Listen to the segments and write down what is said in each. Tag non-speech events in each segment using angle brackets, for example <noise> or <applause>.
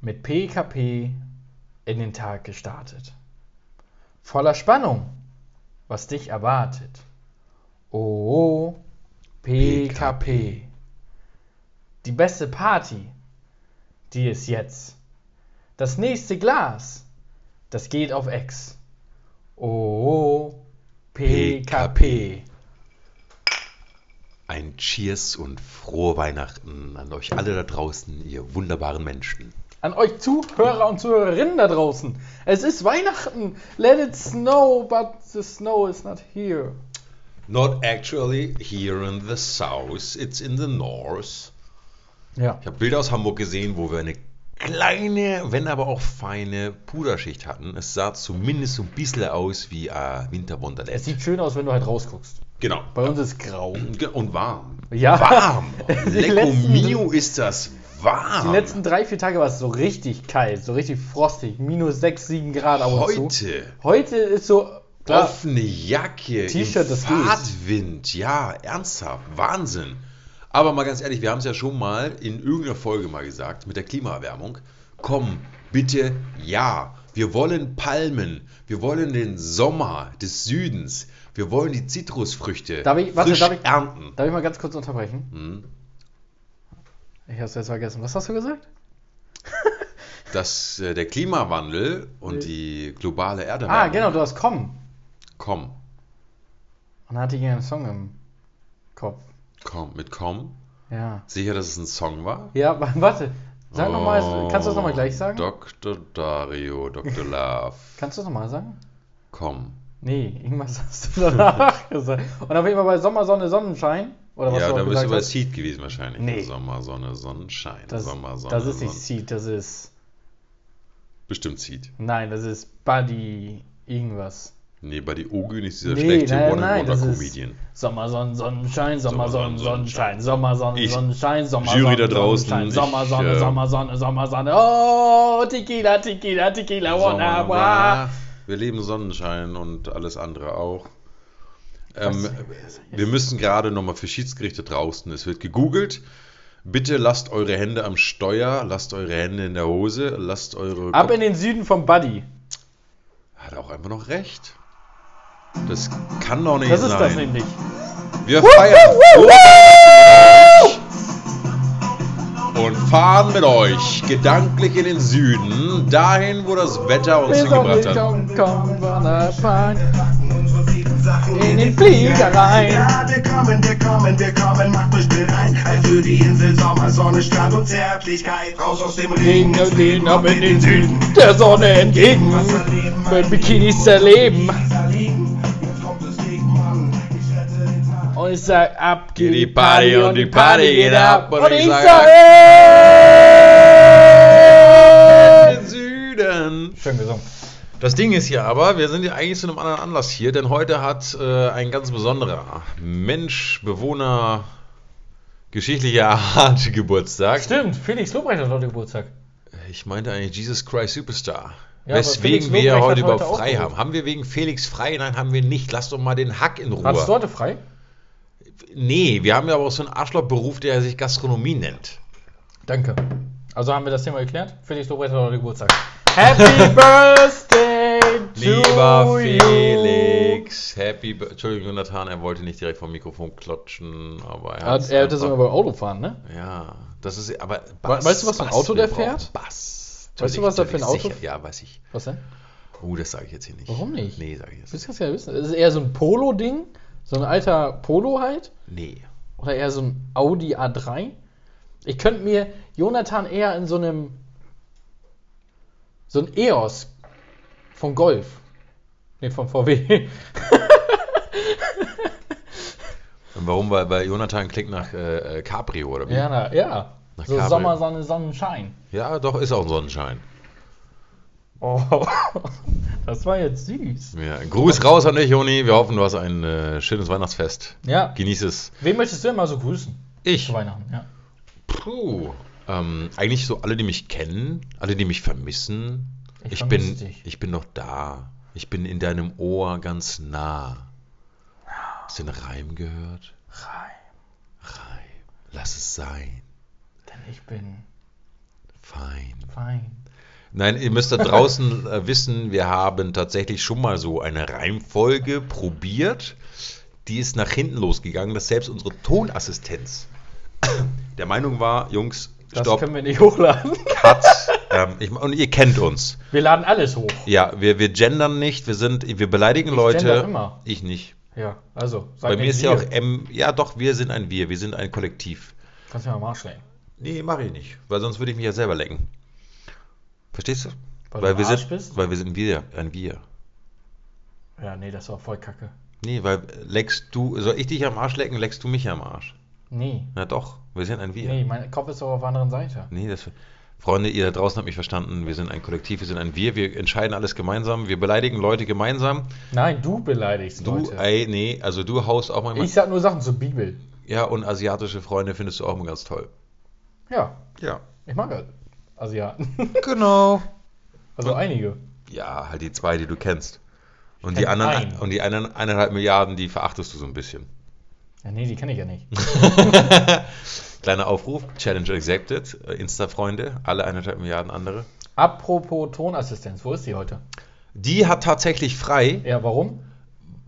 mit PKP in den Tag gestartet. Voller Spannung, was dich erwartet. Oh, PKP. Die beste Party, die ist jetzt. Das nächste Glas, das geht auf Ex. Oh, PKP. Ein Cheers und frohe Weihnachten an euch alle da draußen, ihr wunderbaren Menschen. An euch Zuhörer und Zuhörerinnen da draußen. Es ist Weihnachten. Let it snow, but the snow is not here. Not actually here in the south, it's in the north. Ja. Ich habe Bilder aus Hamburg gesehen, wo wir eine kleine, wenn aber auch feine Puderschicht hatten. Es sah zumindest so ein bisschen aus wie äh, Es Winterwunderland. sieht schön aus, wenn du halt rausguckst. Genau. Bei uns ist grau. Und warm. Ja. <laughs> Warm. Die Lecco letzten- mio ist das warm. Die letzten drei, vier Tage war es so richtig kalt, so richtig frostig. Minus sechs, sieben Grad ab und zu. Heute. Heute ist so. Klar, Offene Jacke, T-Shirt, im das geht. Fahrtwind, ja, ernsthaft, Wahnsinn. Aber mal ganz ehrlich, wir haben es ja schon mal in irgendeiner Folge mal gesagt, mit der Klimaerwärmung. Komm, bitte, ja, wir wollen Palmen, wir wollen den Sommer des Südens, wir wollen die Zitrusfrüchte Darf ich- warte, frisch darf ich- ernten. darf ich mal ganz kurz unterbrechen? Hm, Ich hab's jetzt vergessen. Was hast du gesagt? Dass äh, der Klimawandel und die globale Erderwärmung Äh. Ah, genau, du hast kommen. komm, Und dann hatte ich einen Song im Kopf. komm, mit komm. Ja. Sicher, dass es ein Song war? Ja, <laughs> wa- warte. Sag nochmal, kannst du das nochmal Oh, gleich sagen? Dr. Dario, Dr. Love, Kannst du das nochmal sagen? komm. Nee, irgendwas <laughs> hast du danach gesagt. Und auf jeden Fall bei Sommersonne, Sonnenschein. Oder was ja, du da auch bist gesagt du bei hast. Seed gewesen wahrscheinlich. Nee. Sommer, Sonne, Sonnenschein. Das, Sommer, Sonne, das ist nicht Sonne. Seed, das ist. Bestimmt Seed. Nein, das ist Buddy irgendwas. Nee, bei die Ogün ist dieser Nee, schlechte nein, One nein, and Wonder das ist- Comedian. Sommersonnen, Sonnenschein, Sommersonnen, Sommersonnen, Sonnenschein, Sonnenschein. Sommersonnen, Ich- Sonnenschein, Sommersonnen, Jury da draußen, Sonnenschein, ich, Sommersonne, äh, Sommersonne, Sommersonne. Oh, Tequila, Tequila, Tequila, Sommer, wanna, wa. wir leben Sonnenschein und alles andere auch. Ähm, Was? wir müssen gerade nochmal für Schiedsgerichte draußen. Es wird gegoogelt. Bitte lasst eure Hände am Steuer, lasst eure Hände in der Hose, lasst eure Ab in den Süden vom Buddy. Hat auch einfach noch recht. Das kann doch nicht Das ist sein. das nämlich. Wir feiern mit euch und fahren mit euch gedanklich in den Süden, dahin, wo das Wetter uns hingebracht hat. In den Flieger rein. Ja, wir kommen, wir kommen, wir kommen, macht euch bereit. Ein für die Insel Sommer, Sonne, Strand und Zärtlichkeit. Raus aus dem Regen, Regen, ins Regen, Leben, ab ab in den Süden. Der Sonne entgegen. Was erleben, Mit mein Bikinis Leben, erleben. Bikinis erleben. Jetzt kommt das Leben an. Ich rette den Tag. Und ich sag ab Geht die Party und die Party geht ab. Und ich sag, sag In den Süden. Schön gesungen. Das Ding ist hier aber, wir sind ja eigentlich zu einem anderen Anlass hier, denn heute hat äh, ein ganz besonderer Mensch, Bewohner geschichtlicher Art <laughs> Geburtstag. Stimmt, Felix Lobrecht hat heute Geburtstag. Ich meinte eigentlich Jesus Christ Superstar. Ja, aber Felix Weswegen Lobrecht wir hat heute heute überhaupt auch frei Geburtstag. haben. Haben wir wegen Felix frei? Nein, haben wir nicht. Lass doch mal den Hack in Ruhe. Hattest du heute frei? Nee, wir haben ja aber auch so einen Arschlochberuf, der sich Gastronomie nennt. Danke. Also haben wir das Thema geklärt. Felix Lobrecht hat heute Geburtstag. <laughs> Happy Birthday to Lieber you. Felix, happy. Bir- Entschuldigung, Jonathan, er wollte nicht direkt vom Mikrofon klotschen, aber er, Er hat, hat's Ah, er hat das einfach- immer beim Autofahren, ne? Ja, das ist aber. weißt du, was für ein Auto der wir brauchen fährt? Bass. Weißt du, was da für ein Natürlich, Auto- Sicher. Ja, weiß ich. Was denn? Oh, das sage ich jetzt hier nicht. Warum nicht? Nee, sage ich jetzt Du willst nicht. das ja wissen. Ist es eher so ein Polo-Ding? So ein alter Polo halt? Nee. Oder eher so ein Audi A3? Ich könnte mir Jonathan eher in so einem. So ein EOS von Golf. Ne, von VW. Und warum? Weil, weil Jonathan klingt nach äh, äh, Cabrio oder wie? ja, Ja. na, ja. Na, So Cabrio. Sommer, Sonne, Sonnenschein. doch, ist auch ein Sonnenschein. Oh, <laughs> das war jetzt süß. Ja. Gruß raus an dich, Joni. Wir hoffen, du hast ein äh, schönes Weihnachtsfest. Ja. Genieß es. Wen möchtest du denn mal so grüßen Ich. zu Weihnachten? Ja. Puh. Ähm, eigentlich so alle, die mich kennen, alle, die mich vermissen. Ich Ich, vermisse bin, dich. ich bin noch da. Ich bin in deinem Ohr ganz nah. Hast du den Reim gehört? Reim, Reim. Lass es sein. denn ich bin Fein. Fein. Nein, ihr müsst da draußen äh, wissen, wir haben tatsächlich schon mal so eine Reimfolge probiert. Die ist nach hinten losgegangen, dass selbst unsere Tonassistenz <coughs> der Meinung war, Jungs, Das stopp, können wir nicht <laughs> hochladen. cut. ähm, ich, und ihr kennt uns. Wir laden alles hoch. Ja, wir, wir gendern nicht, wir sind, wir beleidigen Leute. gender immer. Ich nicht. Ja, also. Sag Bei mir nicht ist ja auch e- wir. M, ja doch, wir sind ein Wir, wir sind ein Kollektiv. Kannst du mir mal Marsch lecken. Nee, mache ich nicht, weil sonst würde ich mich ja selber lecken. Verstehst du? Weil du wir ein Arsch sind, bist? weil wir sind wir, ein Wir. Ja, nee, das war voll kacke. Nee, weil äh, leckst du, soll ich dich am Arsch lecken, leckst du mich am Arsch. Nee. Na doch, wir sind ein Wir. Nee, Nee, mein Kopf ist doch auf der anderen Seite. das, Freunde, ihr da draußen habt mich verstanden, wir sind ein Kollektiv, wir sind ein Wir, wir entscheiden alles gemeinsam, wir beleidigen Leute gemeinsam. Nein, du beleidigst Du, Leute. ey, nee, also du haust auch manchmal. ich sag nur Sachen zur Bibel. ja, und asiatische Freunde findest du auch immer ganz toll. Ja, Ja. ich mag das. Also ja. <laughs> Genau. Also einige. Ja, halt die zwei, die du kennst. Und kenn die anderen, einen. und die anderen eineinhalb Milliarden, die verachtest du so ein bisschen. Ja, nee, die kenne ich ja nicht. Mhm. Kleiner Aufruf, Challenge accepted, äh, Insta-Freunde, alle eineinhalb Milliarden andere. Apropos Tonassistenz, wo ist die heute? Die hat tatsächlich frei, Ja, warum?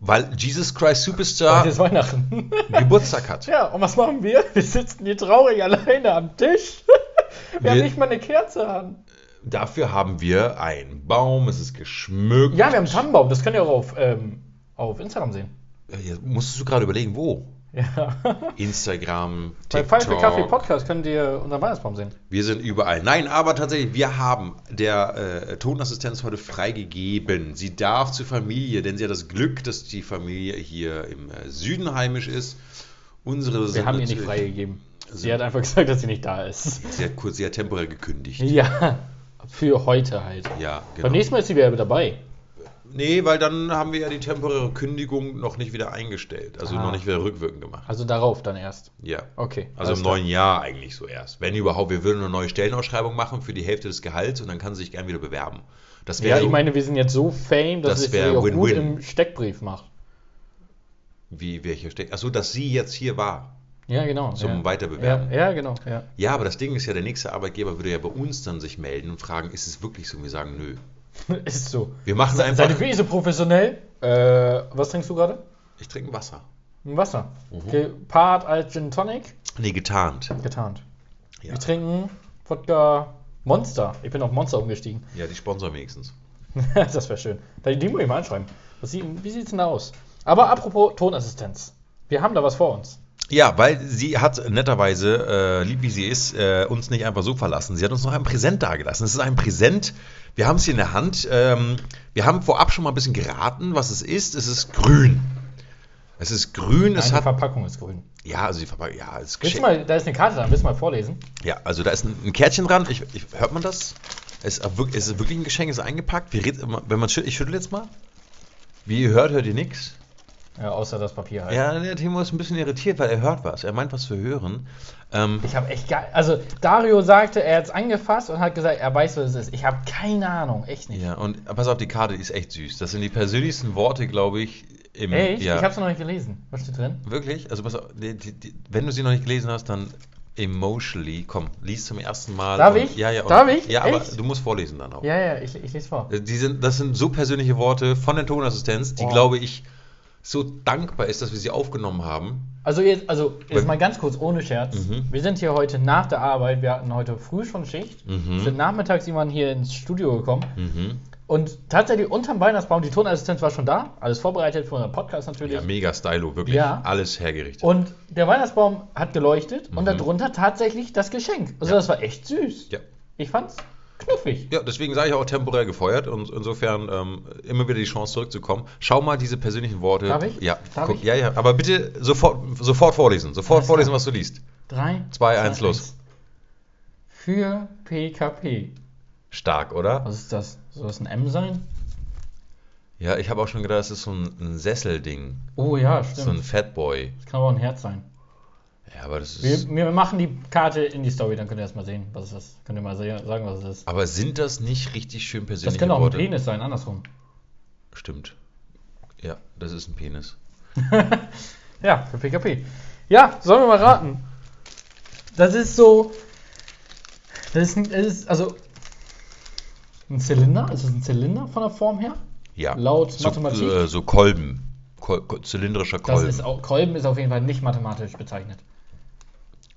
weil Jesus Christ Heute Superstar ist Weihnachten. <laughs> Geburtstag hat. Tja, und was machen wir? Wir sitzen hier traurig alleine am Tisch. <laughs> Wir, haben Wir- nicht mal eine Kerze an. Dafür haben wir einen Baum, es ist geschmückt. Ja, wir haben einen Tannenbaum, das könnt ihr auch auf, ähm, auf Instagram sehen. Äh, Jetzt musstest du gerade überlegen, wo? Ja. <laughs> Instagram, <laughs> Bei Five Minute Coffee TikTok. Podcast könnt ihr unseren Weihnachtsbaum sehen. Wir sind überall. Nein, aber tatsächlich, wir haben der äh, Tonassistenz heute freigegeben. Sie darf zur Familie, denn sie hat das Glück, dass die Familie hier im äh, Süden heimisch ist. Unsere Wir sind haben ihr nicht Also natürlich- Also freigegeben. Sie hat einfach <laughs> gesagt, dass sie nicht da ist. <laughs> Sie hat kurz, sie hat temporär gekündigt. Ja, für heute halt. Ja, Beim genau. nächsten Mal ist sie wieder dabei. Nee, weil dann haben wir ja die temporäre Kündigung noch nicht wieder eingestellt. Also Ah. noch nicht wieder rückwirkend gemacht. Also darauf dann erst. Ja. Okay. Also alles im klar. neuen Jahr eigentlich so erst. Wenn überhaupt, wir würden eine neue Stellenausschreibung machen für die Hälfte des Gehalts und dann kann sie sich gern wieder bewerben. Das wäre Ja, ich so- meine, wir sind jetzt so fame, dass Das es wär sie auch gut Win-Win. im Steckbrief macht. Wie welche Stelle? Achso, dass sie jetzt hier war Ja, genau. zum ja. ja, Weiterbewerben. Ja. ja, genau. Ja. aber das Ding ist ja, der nächste Arbeitgeber würde ja bei uns dann sich melden und fragen, ist es wirklich so? Und wir sagen, nö. <laughs> Ist so. Wir machen einfach. Seine Wiese professionell. Äh, was trinkst du gerade? Ich trinke Wasser. Ein Wasser. Mhm. Gepaart als Gin Tonic. Nee, getarnt. Getarnt. Ja, Wir trinken Wodka Monster. Ich bin auf Monster umgestiegen. ja die sponsern wenigstens. <laughs> das wäre schön. Da- Die muss ich mal anschreiben. Was sieht, wie sieht's denn da aus? Aber apropos Tonassistenz. Wir haben da was vor uns. Ja, weil sie hat netterweise, äh, lieb wie sie ist, äh, uns nicht einfach so verlassen. Sie hat uns noch ein Präsent dagelassen. Es ist ein Präsent. Wir haben es hier in der Hand. Ähm, wir haben vorab schon mal ein bisschen geraten, was es ist. Es ist grün. Es ist grün. Nein, Es die hat Verpackung ist grün. ja, also die Verpackung. Ja, es ist Willst du geschenkt. mal, da ist eine Karte dran, willst du mal vorlesen? Ja, also da ist ein, ein Kärtchen dran. Ich, ich, hört man das? Es ist, wirklich, es ist wirklich ein Geschenk, es ist eingepackt. Wir reden, immer- wenn man schüttelt, ich schüttel jetzt mal. Wie ihr hört, hört ihr nichts. Ja, außer das Papier halt. Ja, der Timo ist ein bisschen irritiert, weil er hört was. Er meint was zu hören. Ähm, Ich habe echt geil. Also Dario sagte, er hat es angefasst und hat gesagt, er weiß, was es ist. Ich habe keine Ahnung, echt nicht. ja, und ah, pass auf, die Karte die ist echt süß. Das sind die persönlichsten Worte, glaube ich, im. Echt? Ja, Ich habe es noch nicht gelesen. Was steht drin? wirklich? Also pass auf, die, die, die, wenn du sie noch nicht gelesen hast, dann emotionally, komm, lies zum ersten Mal. Darf und, ich? Ja, ja, und, Darf ich? Ja, aber Echt? du musst vorlesen dann auch. Äh, Ja, ja, ich, ich lese vor. Die sind, das sind so persönliche Worte von der Tonassistenz, die, Boah. glaube ich, so dankbar ist, dass wir sie aufgenommen haben. Also jetzt, also jetzt mal ganz kurz ohne Scherz. Mhm. Wir sind hier heute nach der Arbeit. Wir hatten heute früh schon Schicht. Mhm. Sind nachmittags jemand hier ins Studio gekommen. Mhm. Und tatsächlich unterm Weihnachtsbaum, die Tonassistenz war schon da. Alles vorbereitet für unseren Podcast natürlich. Ja, mega stylo, wirklich. Ja. Alles hergerichtet. und der Weihnachtsbaum hat geleuchtet und Mhm. darunter tatsächlich das Geschenk. Also Ja. das war echt süß. ja. Ich fand's knuffig. ja, deswegen sage ich auch temporär gefeuert und insofern ähm, immer wieder die Chance zurückzukommen. Schau mal diese persönlichen Worte. Darf ich? Ja, Darf guck, ich? ja, ja. Aber bitte sofort, sofort vorlesen. Sofort Alles vorlesen, klar. was du liest. 3, Zwei, eins, los. Für PKP. Stark, oder? Was ist das? Soll das ein M sein? Ja, ich habe auch schon gedacht, es ist so ein, ein Sesselding. Oh ja, So ein stimmt. Fatboy. Das kann aber auch ein Herz sein. Ja, aber das ist. Wir, wir machen die Karte in die Story, dann könnt ihr erstmal sehen, was es ist. Könnt ihr mal se- sagen, was es ist. aber sind das nicht richtig schön persönliche Das könnte auch ein Worte? Penis sein, andersrum. Stimmt. Ja, das ist ein Penis. <laughs> Ja, für PKP. Ja, sollen wir mal raten. Das ist so. Das ist, ein, es ist also ein Zylinder. Ist es ein Zylinder von der Form her? Ja. Laut so, Mathematik? Äh, so Kolben. Kol Kol- zylindrischer Das Kolben. ist auch, Kolben ist auf jeden Fall nicht mathematisch bezeichnet.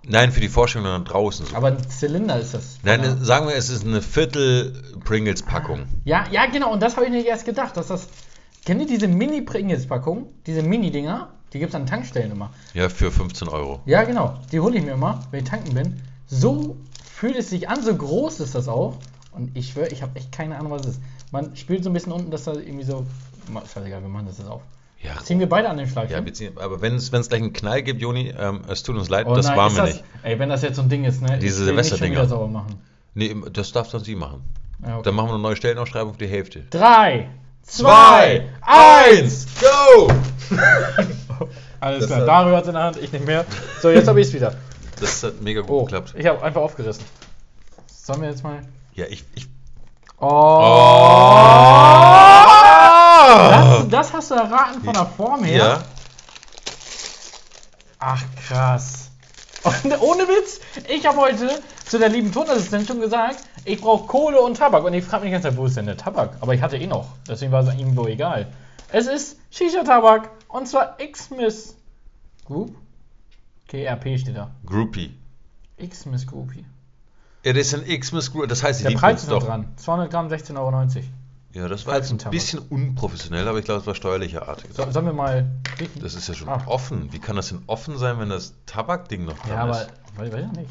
Nein, für die Vorstellung dann draußen. So. Aber ein Zylinder ist das. Nein, Von der- äh, sagen wir, es ist eine Viertel Pringles-Packung. Ja, ja, genau. Und das habe ich nicht erst gedacht, dass das. Kennt ihr diese Mini-Pringles-Packung? Diese Mini-Dinger? Die gibt es an Tankstellen immer. Ja, für 15 Euro. Ja, genau. Die hole ich mir immer, wenn ich tanken bin. So fühlt es sich an, so groß ist das auch. Und ich schwöre, ich habe echt keine Ahnung, was es ist. Man spielt so ein bisschen unten, dass da irgendwie so. Ma- Scheißegal, wir machen das jetzt auf. Ja, Ziehen wir beide an den Schlag. ja hin? bezieh- aber wenn es wenn es gleich einen Knall gibt, Joni, ähm, es tut uns leid, Oh das nein, waren ist wir das, nicht. Ey, wenn das jetzt so ein Ding ist, ne? Diese ich will nicht schon Silvesterdinger. wieder sauber machen. Nee, das darf dann sie machen. Ja, okay. Dann machen wir eine neue Stellenausschreibung für die Hälfte. Drei, zwei, Zwei, eins! eins, go! <laughs> Alles Das klar, hat- Dario hat in der Hand, ich nicht mehr. So, jetzt habe ich es wieder. Das hat mega gut Oh, geklappt. ich habe einfach aufgerissen. Sollen wir jetzt mal. Ja, ich. ich Oh! Ah! Das, das hast du erraten von der Form her. ja, Ach krass. Und ohne Witz, ich habe heute zu der lieben Tonassistentin schon gesagt, ich brauche Kohle und Tabak. Und ich frage mich die ganze Zeit, wo ist denn der Tabak? Aber ich hatte eh noch. Deswegen war es irgendwo egal. Es ist Shisha-Tabak. Und zwar X-Miss Group. GRP steht da. Groupie. X-Miss Groupie. Ja, das ist ein Xmas Groupie. Das heißt, sie Der liebt Preis uns ist noch doch. dran. 200 Gramm, 16,90 Euro. Ja, das war jetzt ein Falschen bisschen unprofessionell, aber ich glaube, es war steuerlicher Art. So, sollen wir mal riechen? Das ist ja schon Ah. offen. Wie kann das denn offen sein, wenn das Tabakding noch dran ja, aber ist? weiß weiß ich nicht.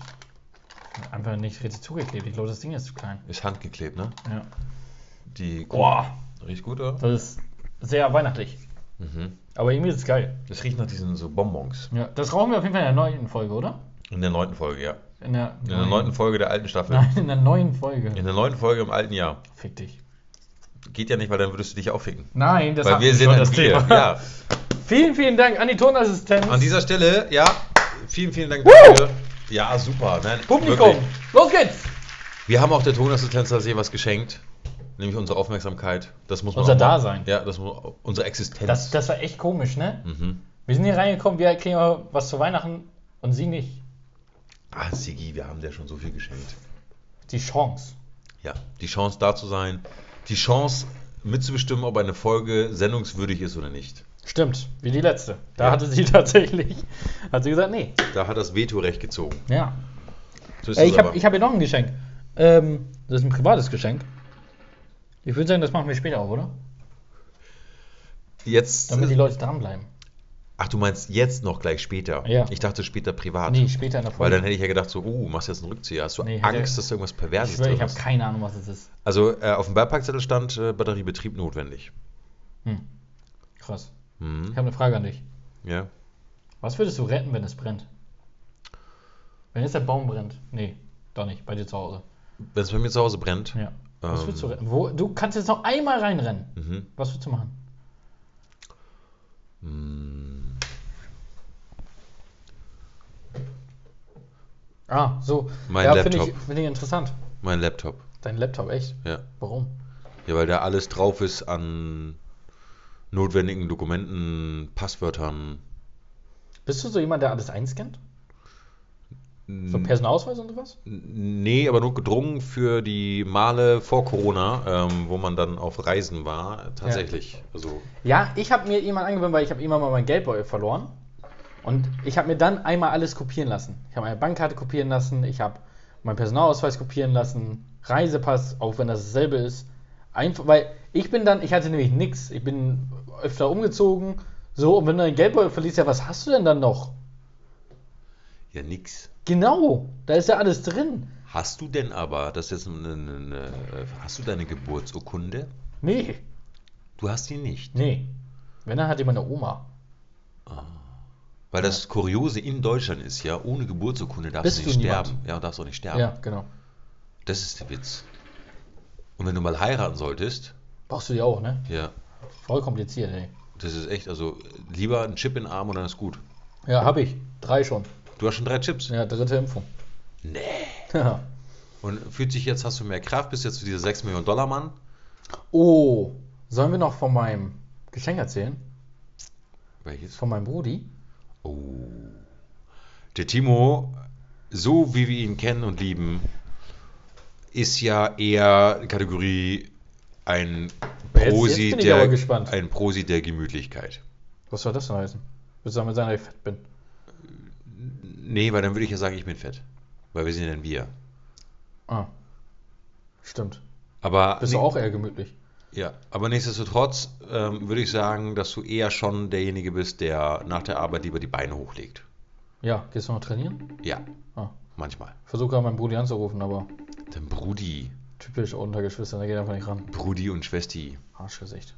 Einfach nicht richtig zugeklebt. Ich glaube, das Ding ist zu klein. Ist handgeklebt, ne? Ja. Die Boah. Riecht gut, oder? Das ist sehr weihnachtlich. Mhm. Aber irgendwie ist es geil. Es riecht nach diesen so Bonbons. Ja, das rauchen wir auf jeden Fall in der neunten Folge, oder? In der neunten Folge, ja. In der, In der neunten Folge der alten Staffel. Nein, in der neuen Folge. In der neunten Folge im alten Jahr. Fick dich. Geht ja nicht, weil dann würdest du dich aufficken. Nein, das Weil hatten wir sind schon, ein Bier. Ja. <laughs> Vielen, vielen Dank an die Tonassistenz. An dieser Stelle, ja, vielen, vielen Dank dafür. Ja, super. Nein, Publikum. wirklich. Los geht's. Wir haben auch der Tonassistenz tatsächlich was geschenkt. Nämlich unsere Aufmerksamkeit. Das muss man Unser auch mal- Dasein. Ja, das muss, unsere Existenz. Das, das war echt komisch, ne? mhm. Wir sind hier reingekommen, wir erklären mal was zu Weihnachten und sie nicht. Ah, Sigi, wir haben dir schon so viel geschenkt. Die Chance. Ja, die Chance da zu sein, die Chance mitzubestimmen, ob eine Folge sendungswürdig ist oder nicht. Stimmt, wie die letzte. Da Ja. hatte sie <laughs> tatsächlich, hat sie gesagt, nee. Da hat das Vetorecht gezogen. Ja. So ist Äh, das ich habe aber. ich hab ihr noch ein Geschenk. Ähm, das ist ein privates Geschenk. Ich würde sagen, das machen wir später auch, oder? jetzt. Damit die Leute dranbleiben. Ach, du meinst jetzt noch gleich später? Ja. Ich dachte später privat. Nee, später in der Weil Folge. dann hätte ich ja gedacht, so, uh, machst jetzt einen Rückzieher. Hast du Nee, hätte- Angst, dass da irgendwas ich Perverses schwöre, drin ich habe ist? keine Ahnung, was es ist. Also äh, auf dem Beipackzettel stand äh, Batteriebetrieb notwendig. Hm. Krass. Ich Mhm. habe eine Frage an dich. Ja. Was würdest du retten, wenn es brennt? Wenn jetzt der Baum brennt? Nee, doch nicht, bei dir zu Hause. Wenn es bei mir zu Hause brennt. Ja. Was Ähm. würdest du retten? Wo, du kannst jetzt noch einmal reinrennen. Mhm. Was würdest du machen? Mhm. Ah, so. Mein ja, finde ich, Laptop. find ich interessant. Mein Laptop. Dein Laptop, echt? Ja. Warum? Ja, weil da alles drauf ist an notwendigen Dokumenten, Passwörtern. Bist du so jemand, der alles einscannt? So N- Personalausweis und sowas? Nee, aber nur gedrungen für die Male vor Corona, ähm, wo man dann auf Reisen war. Tatsächlich. Also, Ja, ich habe mir jemand angeboten, weil ich habe immer mal mein Geldbeutel verloren. Und ich habe mir dann einmal alles kopieren lassen. Ich habe meine Bankkarte kopieren lassen, ich habe meinen Personalausweis kopieren lassen, Reisepass, auch wenn das dasselbe ist. Einfach, weil ich bin dann, ich hatte nämlich nichts. Ich bin öfter umgezogen. So, und wenn du dein Geldbeutel verlierst, ja, was hast du denn dann noch? ja, nix. Genau, da ist ja alles drin. Hast du denn aber, das ist jetzt eine, eine, eine, hast du deine Geburtsurkunde? Nee, Du hast die nicht. nee. Wenn, dann hat jemand eine Oma. Weil das Kuriose in Deutschland ist ja, ohne Geburtsurkunde darfst Bist du nicht du niemand. sterben. Ja, darfst auch nicht sterben. Ja, genau. Das ist der Witz. Und wenn du mal heiraten solltest, Brauchst du die auch, ne? ja, Voll kompliziert, ey. das ist echt, also lieber ein Chip in den Arm und dann ist gut. Ja, habe ich. Drei schon. Du hast schon drei Chips. Ja, dritte Impfung. <laughs> Nee. Ja. Und fühlt sich jetzt, hast du mehr Kraft, bist jetzt dieser 6 Millionen Dollar Mann? Oh, sollen wir noch von meinem Geschenk erzählen? Welches? Von meinem Brudi? Oh. Der Timo, so wie wir ihn kennen und lieben, ist ja eher Kategorie ein Jetzt- jetzt Prosi, bin ich aber der, gespannt. ein Prosi der Gemütlichkeit. Was soll das denn heißen? Willst du damit sagen, dass ich fett bin? Nee, weil dann würde ich ja sagen, ich bin fett. Weil wir sind ja ein Bier. Ah. Stimmt. Aber, Bist du auch eher gemütlich? ja, aber nichtsdestotrotz ähm, würde ich sagen, dass du eher schon derjenige bist, der nach der Arbeit lieber die Beine hochlegt. Ja, gehst du noch trainieren? Ja, Ah. manchmal. Versuche gerade meinen Brudi anzurufen, aber Dann Brudi. typisch unter Geschwistern, der geht einfach nicht ran. Brudi und Schwesti. Arschgesicht.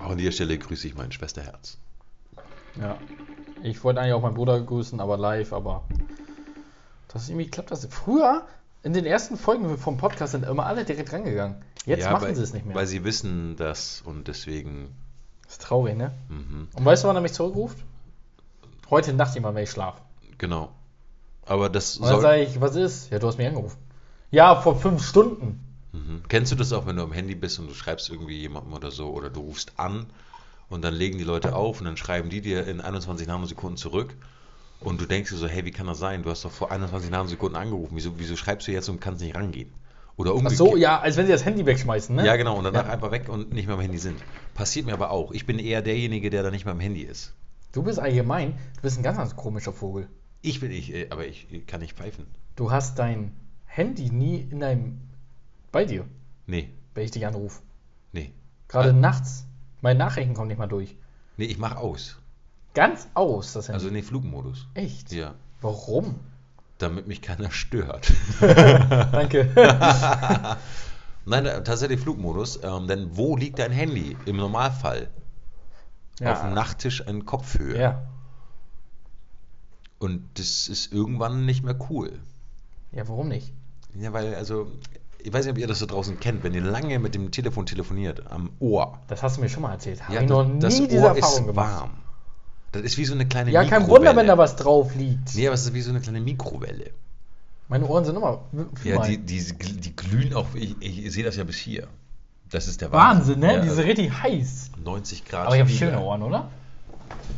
Auch an dieser Stelle grüße ich mein Schwesterherz. Ja. Ich wollte eigentlich auch meinen Bruder grüßen, aber live, aber das irgendwie klappt das. Früher, in den ersten Folgen vom Podcast sind immer alle direkt rangegangen. Jetzt Ja, machen weil- sie es nicht mehr. Weil sie wissen das und deswegen. ist traurig, ne? Mhm, Und weißt du, wann er mich zurückruft? Heute Nacht immer, wenn ich schlafe. genau. Aber das Und dann soll. sage ich, was ist? Ja, du hast mich angerufen. Ja, vor fünf Stunden. Mhm. Kennst du das auch, wenn du am Handy bist und du schreibst irgendwie jemandem oder so oder du rufst an und dann legen die Leute auf und dann schreiben die dir in 21 Nanosekunden zurück und du denkst dir so, hey, wie kann das sein? Du hast doch vor 21 Nanosekunden angerufen. Wieso, wieso schreibst du jetzt und kannst nicht rangehen? Oder Ach umgekehrt. so, ja, als wenn sie das Handy wegschmeißen, ne? Ja, genau. Und danach Ja. einfach weg und nicht mehr am Handy sind. Passiert mir aber auch. Ich bin eher derjenige, der da nicht mehr am Handy ist. Du bist allgemein, du bist ein ganz, ganz komischer Vogel. Ich bin ich, äh, aber ich äh, kann nicht pfeifen. Du hast dein Handy nie in deinem. bei dir, Nee, wenn ich dich anrufe. nee. Gerade Ah. nachts. Meine Nachrichten kommen nicht mal durch. Nee, ich mache aus. Ganz aus, das Handy. Also nee, Flugmodus. Echt? Ja. <laughs> Warum? Damit mich keiner stört. <laughs> Danke. Nein, äh, tatsächlich Flugmodus. Ähm, denn wo liegt dein Handy? Im Normalfall. Auf dem Nachttisch in Kopfhöhe. Ja. Und das ist irgendwann nicht mehr cool. Ja, warum nicht? Ja, weil, also, ich weiß nicht, ob ihr das da draußen kennt, wenn ihr lange mit dem Telefon telefoniert, am Ohr. Das hast du mir schon mal erzählt. Habe Ja, ich das- noch nie das diese Ohr Erfahrung ist gemacht. warm. Das ist wie so eine kleine Ja, kein Mikrowelle. Wunder, wenn da was drauf liegt. Nee, aber es ist wie so eine kleine Mikrowelle. Meine Ohren sind immer. Ja, die, die, die glühen auch, ich, ich sehe das ja bis hier. Das ist der Wahnsinn, ne? Ja, die sind richtig heiß. 90 Grad. Aber ich habe Fieber. schöne Ohren, oder?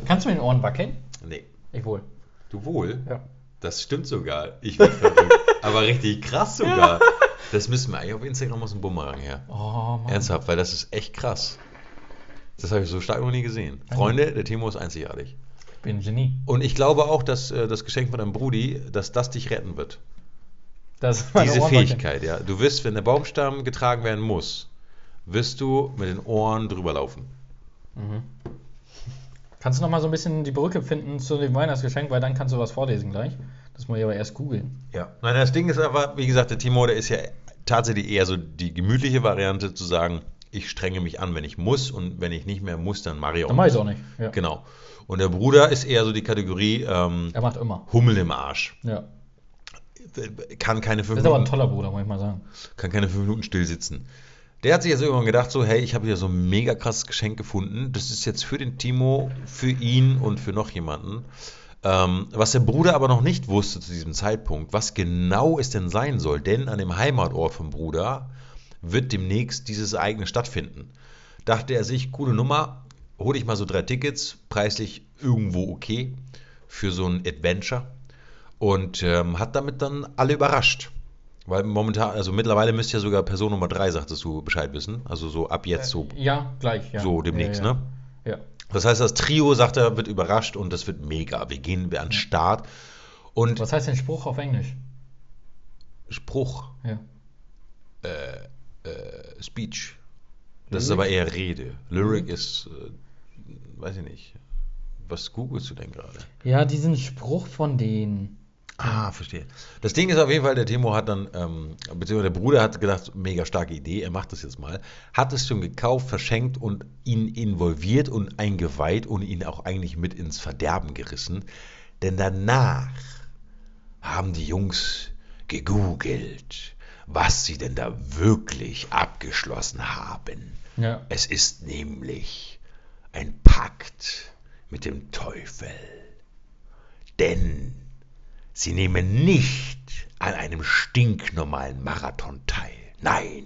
Kannst du mit den Ohren wackeln? Nee. Ich wohl. Du wohl? Ja. Das stimmt sogar. Ich bin <laughs> verrückt. aber richtig krass sogar. Das müssen wir eigentlich auf Instagram aus dem Bumerang her. Oh, Mann. Ernsthaft, weil das ist echt krass. Das habe ich so stark noch nie gesehen. Freunde, der Timo ist einzigartig. Ich bin ein Genie. Und ich glaube auch, dass äh, das Geschenk von deinem Brudi, dass das dich retten wird. Das ist meine Diese Ohren wackeln. Fähigkeit, ja. Du wirst, wenn der Baumstamm getragen werden muss, wirst du mit den Ohren drüber laufen. Kannst du noch mal so ein bisschen die Brücke finden zu dem Weihnachtsgeschenk, weil dann kannst du was vorlesen gleich. Das muss ich aber erst googeln. Ja. Nein, das Ding ist aber, wie gesagt, der Timo, der ist ja tatsächlich eher so die gemütliche Variante zu sagen, ich strenge mich an, wenn ich muss und wenn ich nicht mehr muss, dann mache ich auch. Dann mach ich's auch nicht. Ja. Genau. Und der Bruder ist eher so die Kategorie ähm, Er macht immer. Hummel im Arsch. Ja. Kann keine fünf Das ist aber ein Minuten toller Bruder, muss ich mal sagen. kann keine fünf Minuten still sitzen. Der hat sich jetzt irgendwann gedacht, so, hey, ich habe hier so ein mega krasses Geschenk gefunden. Das ist jetzt für den Timo, für ihn und für noch jemanden. Ähm, was der Bruder aber noch nicht wusste zu diesem Zeitpunkt, was genau es denn sein soll, denn an dem Heimatort vom Bruder wird demnächst dieses Ereignis stattfinden. Dachte er sich, coole Nummer, hole ich mal so drei Tickets, preislich irgendwo okay, für so ein Adventure und ähm, hat damit dann alle überrascht. Weil momentan, also mittlerweile müsst ja sogar Person Nummer 3, sagtest du, Bescheid wissen. Also so ab jetzt so, Ja, gleich. Ja. so demnächst, ja, ja. ne? Ja. Das heißt, das Trio, sagt er, wird überrascht und das wird mega. Wir gehen an den Start. Und Was heißt denn Spruch auf Englisch? Spruch, Ja. äh, Speech. Das ist aber eher Rede. Mhm. Lyric ist, äh, weiß ich nicht. Was googelst du denn gerade? Ja, diesen Spruch von denen. Ah, verstehe. Das Ding ist auf jeden Fall, der Timo hat dann, ähm, beziehungsweise der Bruder hat gedacht, mega starke Idee, er macht das jetzt mal. Hat es schon gekauft, verschenkt und ihn involviert und eingeweiht und ihn auch eigentlich mit ins Verderben gerissen. Denn danach haben die Jungs gegoogelt, was sie denn da wirklich abgeschlossen haben. Ja. Es ist nämlich ein Pakt mit dem Teufel. Denn sie nehmen nicht an einem stinknormalen Marathon teil. Nein,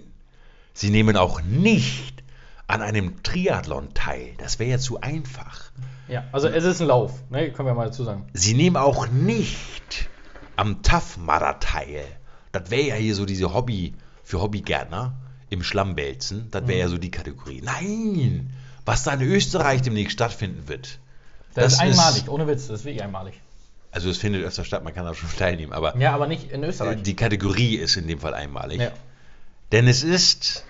sie nehmen auch nicht an einem Triathlon teil. Das wäre ja zu einfach. Ja, also es ist ein Lauf, ne? Können wir mal dazu sagen. Sie nehmen auch nicht am Tough Mudder teil. Das wäre ja hier so diese Hobby, für Hobbygärtner im Schlammbelzen. Das wäre ja Mhm. so die Kategorie. Nein! Was da in Österreich demnächst stattfinden wird. Das, Das ist ist- einmalig, ohne Witz, das ist wirklich einmalig. Also es findet öfter statt, man kann da schon <laughs> teilnehmen, aber Ja, aber nicht in Österreich. die Kategorie ist in dem Fall einmalig. ja. Denn es ist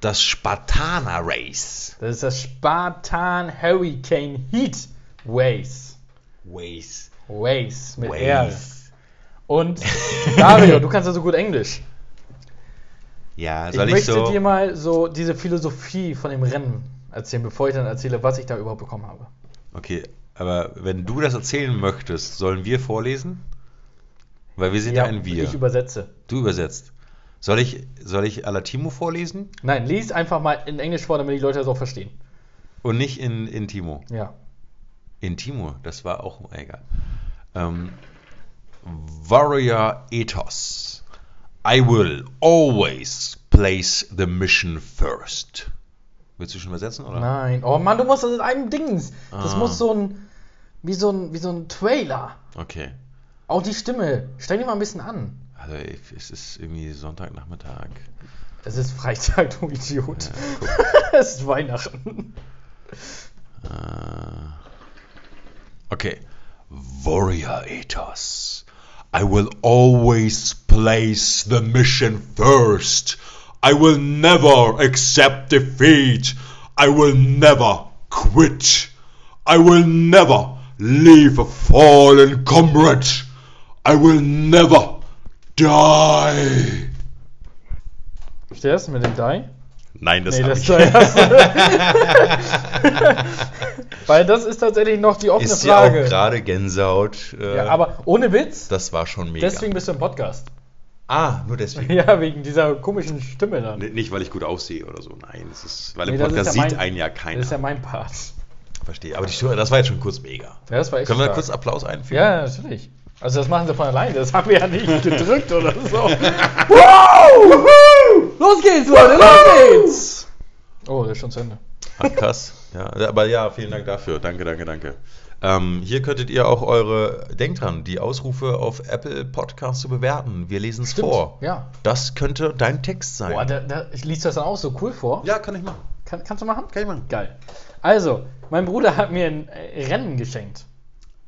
das Spartaner Race. Das ist das Spartan Hurricane Heat Race. Ways. Race mit R. Ways. <laughs> Und Dario, du kannst ja so gut Englisch. Ja, Ich soll ich, möchte so. dir mal so diese Philosophie von dem Rennen erzählen, bevor ich dann erzähle, was ich da überhaupt bekommen habe. Okay, aber wenn du das erzählen möchtest, sollen wir vorlesen? Weil wir sind ja, ein Wir. Ich übersetze. du übersetzt. Soll ich, soll ich Alatimo vorlesen Nein, lies einfach mal in Englisch vor, damit die Leute das auch verstehen. und nicht in, in Timo? Ja. In Timo, das war auch egal. Ähm, Warrior Ethos. I will always place the mission first. Willst du schon übersetzen, oder? Nein. Oh Mann, du musst das in einem Dings. Das Ah. muss so ein wie so ein wie so ein Trailer. Okay. Auch die Stimme. Stell dir mal ein bisschen an. Also ey, es ist irgendwie Sonntagnachmittag. Es ist Freitag, <laughs> du Idiot. Ja, guck. es ist Weihnachten. Äh, okay. Warrior Ethos. I will always place the mission first. I will never accept defeat. I will never quit. I will never leave a fallen comrade. I will never die. Verstehst du das mit dem Die? Nein, das, Nee, hab das ich. ist <laughs> Weil das ist tatsächlich noch die offene ist ja auch Frage. gerade Gänsehaut. äh, ja, aber ohne Witz, das war schon mega. deswegen bist du im Podcast. <laughs> ah, nur deswegen. Ja, wegen dieser komischen Stimme dann. Nee, Nicht, weil ich gut aussehe oder so. Nein, es ist, weil im Nee, das ist Podcast ja sieht mein- einen ja Das keiner. ist ja mein Part. Verstehe. Aber die Stimme, das war jetzt schon kurz mega. Ja, das war echt Können wir da stark. kurz Applaus einführen? Ja, natürlich. Also das machen sie von alleine. Das haben wir ja nicht gedrückt oder so. wow! Los geht's, Leute, los geht's! Oh, das ist schon zu Ende. Ah, krass. Ja, aber ja, vielen Dank dafür. Danke, danke, danke. Ähm, hier könntet ihr auch eure, denkt dran, die Ausrufe auf Apple Podcasts zu bewerten. Wir lesen es vor. Ja. Das könnte dein Text sein. Boah, da, da, ich liest das dann auch so cool vor. ja, kann ich machen. Kann, kannst du machen? Kann ich machen. Geil. Also, mein Bruder hat mir ein äh, Rennen geschenkt.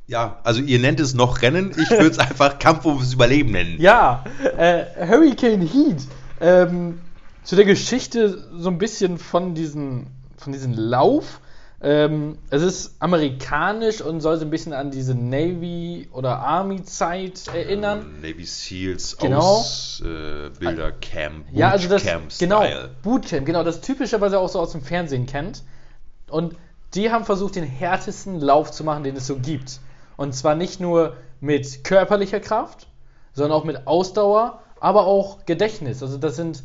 Ja, also ihr nennt es noch Rennen. <laughs> Ich würde es einfach Kampf ums Überleben nennen. Ja, äh, Hurricane Heat. Ähm, zu der Geschichte so ein bisschen von diesem, von diesem Lauf. Ähm, es ist amerikanisch und soll so ein bisschen an diese Navy- oder Army-Zeit erinnern. Ähm, Navy Seals Genau. aus äh, Bilder Camp. Ja, also das genau Style. Bootcamp, genau das typischerweise auch so aus dem Fernsehen kennt. Und die haben versucht, den härtesten Lauf zu machen, den es so gibt. Und zwar nicht nur mit körperlicher Kraft, sondern auch mit Ausdauer, aber auch Gedächtnis. Also das sind,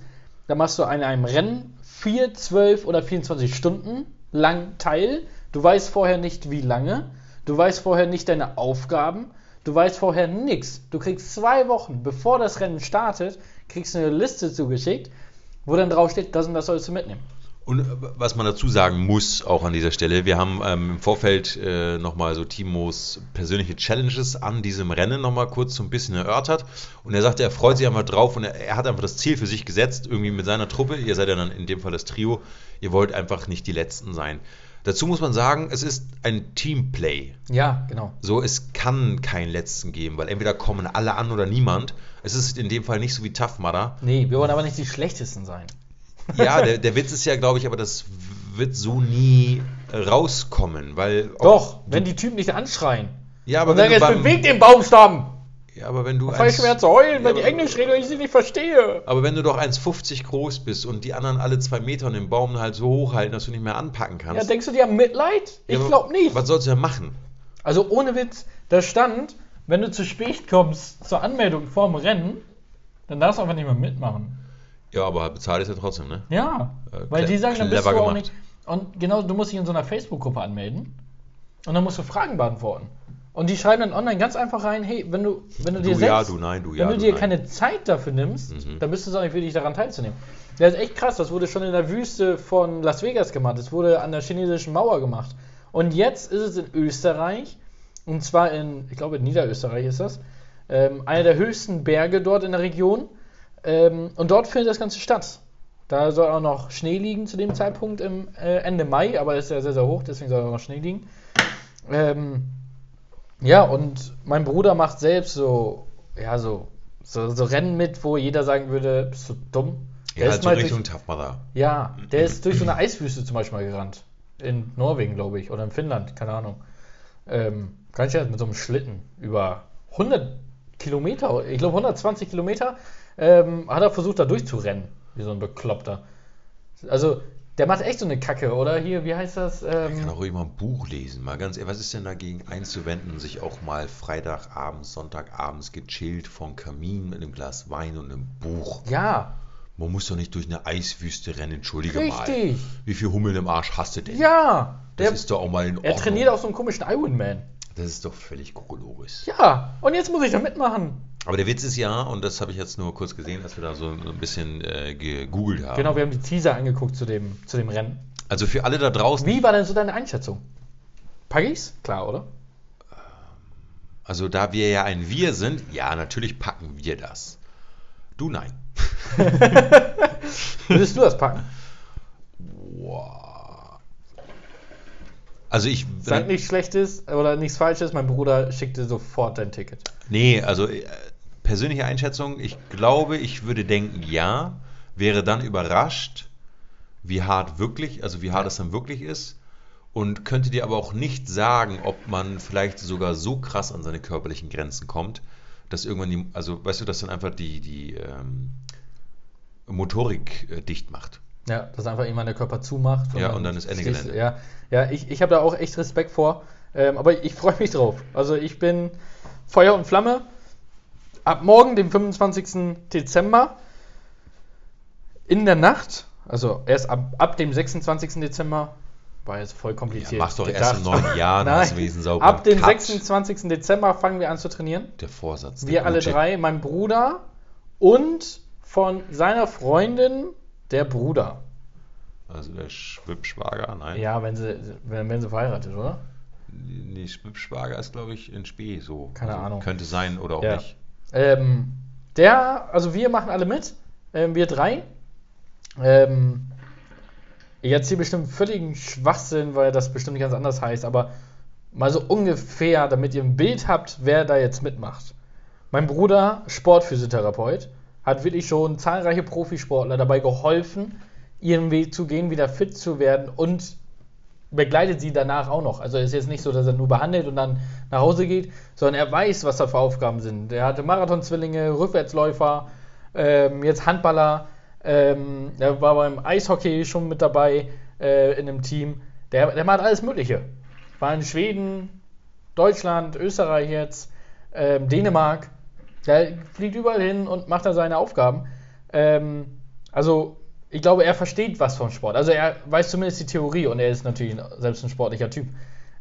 da machst du an einem Rennen 4, 12 oder 24 Stunden lang teil. Du weißt vorher nicht, wie lange. Du weißt vorher nicht deine Aufgaben. Du weißt vorher nichts. Du kriegst zwei Wochen, bevor das Rennen startet, kriegst du eine Liste zugeschickt, wo dann draufsteht, das und das sollst du mitnehmen. Und äh, was man dazu sagen muss, auch an dieser Stelle, wir haben ähm, im Vorfeld äh, nochmal so Timos persönliche Challenges an diesem Rennen nochmal kurz so ein bisschen erörtert. Und er sagte, er freut sich einfach drauf und er, er hat einfach das Ziel für sich gesetzt, irgendwie mit seiner Truppe. Ihr seid ja dann in dem Fall das Trio. Ihr wollt einfach nicht die Letzten sein. Dazu muss man sagen, es ist ein Teamplay. Ja, genau. So, es kann keinen Letzten geben, weil entweder kommen alle an oder niemand. Es ist in dem Fall nicht so wie Tough Mudder. Nee, wir wollen aber nicht die schlechtesten sein. Ja, der, der Witz ist ja, glaube ich, aber das wird so nie rauskommen, weil. Doch, du- wenn die Typen nicht anschreien. Ja, aber Und sagen, wenn du jetzt beim, bewegt den Baumstamm! Ja, aber wenn du. Fall ich schwer zu heulen, weil die aber- Englisch reden und ich sie nicht verstehe. Aber wenn du doch 1,50 groß bist und die anderen alle zwei Meter und den Baum halt so hochhalten, dass du nicht mehr anpacken kannst. Ja, denkst du, die haben Mitleid? Ja, Ich aber glaub nicht. Was sollst du denn machen? Also ohne Witz, da stand, wenn du zu spät kommst zur Anmeldung vorm Rennen, dann darfst du einfach nicht mehr mitmachen. Ja, aber bezahlt ist ja trotzdem, ne? Ja, Äh, weil cle- die sagen, dann bist du clever auch gemacht. nicht. Und genau, du musst dich in so einer Facebook-Gruppe anmelden und dann musst du Fragen beantworten. Und die schreiben dann online ganz einfach rein, hey, wenn du, wenn du, dir Du selbst, ja, du nein, du ja, halt wenn du du dir nein. keine Zeit dafür nimmst, Mhm. dann bist du es auch nicht wirklich daran teilzunehmen. Das ist echt krass, das wurde schon in der Wüste von Las Vegas gemacht, das wurde an der chinesischen Mauer gemacht. Und jetzt ist es in Österreich, und zwar in, ich glaube in Niederösterreich ist das, ähm, einer der höchsten Berge dort in der Region. Ähm, und dort findet das Ganze statt. Da soll auch noch Schnee liegen zu dem Zeitpunkt im äh, Ende Mai, aber ist ja sehr, sehr hoch, deswegen soll auch noch Schnee liegen. Ähm, ja, und mein Bruder macht selbst so, ja, so, so, so Rennen mit, wo jeder sagen würde, bist du dumm? Der Ja, ist also mal Richtung durch, Tough Mudder. ja, der ist durch so eine Eiswüste zum Beispiel mal gerannt. In Norwegen, glaube ich, oder in Finnland, keine Ahnung. Ähm, ganz schön, mit so einem Schlitten über 100 Kilometer, ich glaube 120 Kilometer, ähm, hat er versucht, da durchzurennen, wie so ein Bekloppter. Also, der macht echt so eine Kacke, oder? Hier, wie heißt das? Man Ähm, kann auch ruhig mal ein Buch lesen. Mal ganz ehrlich, was ist denn dagegen einzuwenden, sich auch mal Freitagabends, Sonntagabends gechillt vom Kamin mit einem Glas Wein und einem Buch? ja, Man muss doch nicht durch eine Eiswüste rennen, entschuldige mal. richtig. Wie viel Hummeln im Arsch hast du denn? Ja, das der, ist doch auch mal in Ordnung. er trainiert auch so einen komischen Ironman. Das ist doch völlig kokolores. Ja, und jetzt muss ich da mitmachen. Aber der Witz ist ja, und das habe ich jetzt nur kurz gesehen, als wir da so ein bisschen äh, gegoogelt haben. Genau, wir haben die Teaser angeguckt zu dem, zu dem Rennen. Also für alle da draußen, Wie war denn so deine Einschätzung? Pack ich's? Klar, oder? also da wir ja ein Wir sind, ja, natürlich packen wir das. Du nein. Würdest du das <laughs> packen? Also ich. Sag nichts Schlechtes oder nichts Falsches. Mein Bruder schickte sofort dein Ticket. Nee, also äh, persönliche Einschätzung, ich glaube, ich würde denken, ja, wäre dann überrascht, wie hart wirklich, also wie hart es dann wirklich ist und könnte dir aber auch nicht sagen, ob man vielleicht sogar so krass an seine körperlichen Grenzen kommt, dass irgendwann die, also weißt du, dass dann einfach die, die ähm, Motorik äh, dicht macht. Ja, dass einfach jemand der Körper zumacht. Ja, und dann ist Ende stehst- Gelände. Ja, ja ich, ich habe da auch echt Respekt vor. Ähm, aber ich, ich freue mich drauf. Also ich bin Feuer und Flamme. Ab morgen, dem 25. Dezember, in der Nacht, also erst ab, ab dem 26. Dezember, war jetzt voll kompliziert. Ja, mach's doch erst um in gedacht. <laughs> neun Jahren, dann hast du Nein. wenigstens sauber. Ab dem Cut. 26. Dezember fangen wir an zu trainieren. Der Vorsatz. Wir der alle gute. drei, mein Bruder und von seiner Freundin der Bruder. Also der Schwippschwager, nein. Ja, wenn sie, wenn, wenn sie verheiratet, oder? Nee, Schwager ist, glaube ich, in Spee so. Also Keine Ahnung. Könnte sein oder auch Ja. nicht. Ähm, der, also wir machen alle mit, ähm, wir drei. Ähm, ich erzähle bestimmt völligen Schwachsinn, weil das bestimmt ganz anders heißt, aber mal so ungefähr, damit ihr ein Bild habt, wer da jetzt mitmacht. Mein Bruder, Sportphysiotherapeut, hat wirklich schon zahlreiche Profisportler dabei geholfen, ihren Weg zu gehen, wieder fit zu werden und begleitet sie danach auch noch. Also ist jetzt nicht so, dass er nur behandelt und dann nach Hause geht, sondern er weiß, was da für Aufgaben sind. Er hatte Marathonzwillinge, Rückwärtsläufer, ähm, jetzt Handballer, ähm, er war beim Eishockey schon mit dabei äh, in einem Team. Der, der macht alles Mögliche. War in Schweden, Deutschland, Österreich jetzt, ähm, Dänemark. Der fliegt überall hin und macht da seine Aufgaben. Ähm, also, ich glaube, er versteht was vom Sport. Also, er weiß zumindest die Theorie und er ist natürlich ein- selbst ein sportlicher Typ.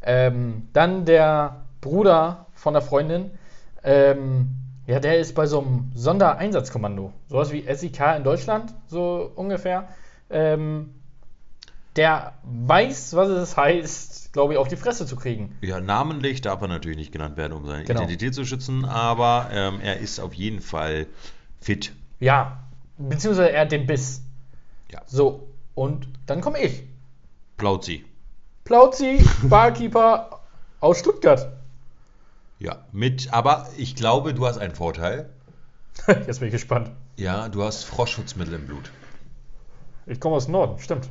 Ähm, dann der Bruder von der Freundin. Ähm, ja, der ist bei so einem Sondereinsatzkommando. Sowas wie SIK in Deutschland, so ungefähr. Ähm, der weiß, was es heißt, glaube ich, auf die Fresse zu kriegen. Ja, namentlich darf er natürlich nicht genannt werden, um seine Genau. Identität zu schützen, aber ähm, er ist auf jeden Fall fit. Ja, beziehungsweise er hat den Biss. Ja. So, und dann komme ich. Plauzi. Plauzi, Barkeeper <laughs> aus Stuttgart. <laughs> Ja, mit, aber ich glaube, du hast einen Vorteil. Jetzt bin ich gespannt. Ja, du hast Froschschutzmittel im Blut. Ich komme aus dem Norden, stimmt.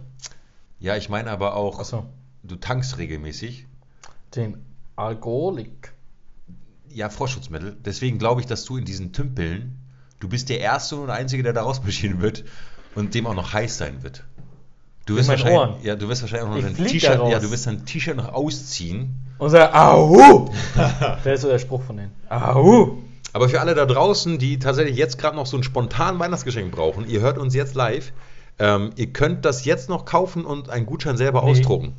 Ja, ich meine aber auch, Achso, du tankst regelmäßig. den Alkoholik. Ja, Froschschutzmittel. Deswegen glaube ich, dass du in diesen Tümpeln, du bist der Erste und Einzige, der da rausmarschieren wird und dem auch noch heiß sein wird. Du wirst, meinen wahrscheinlich, Ohren. ja, du wirst wahrscheinlich auch noch Ich dein flieg da T-Shirt, ja, raus. du wirst dein T-Shirt noch ausziehen. Unser <laughs> Ahu! Der ist so der Spruch von denen. Ah, Ahu! Aber für alle da draußen, die tatsächlich jetzt gerade noch so ein spontan Weihnachtsgeschenk brauchen, ihr hört uns jetzt live. Ähm, ihr könnt das jetzt noch kaufen und einen Gutschein selber Nee. ausdrucken.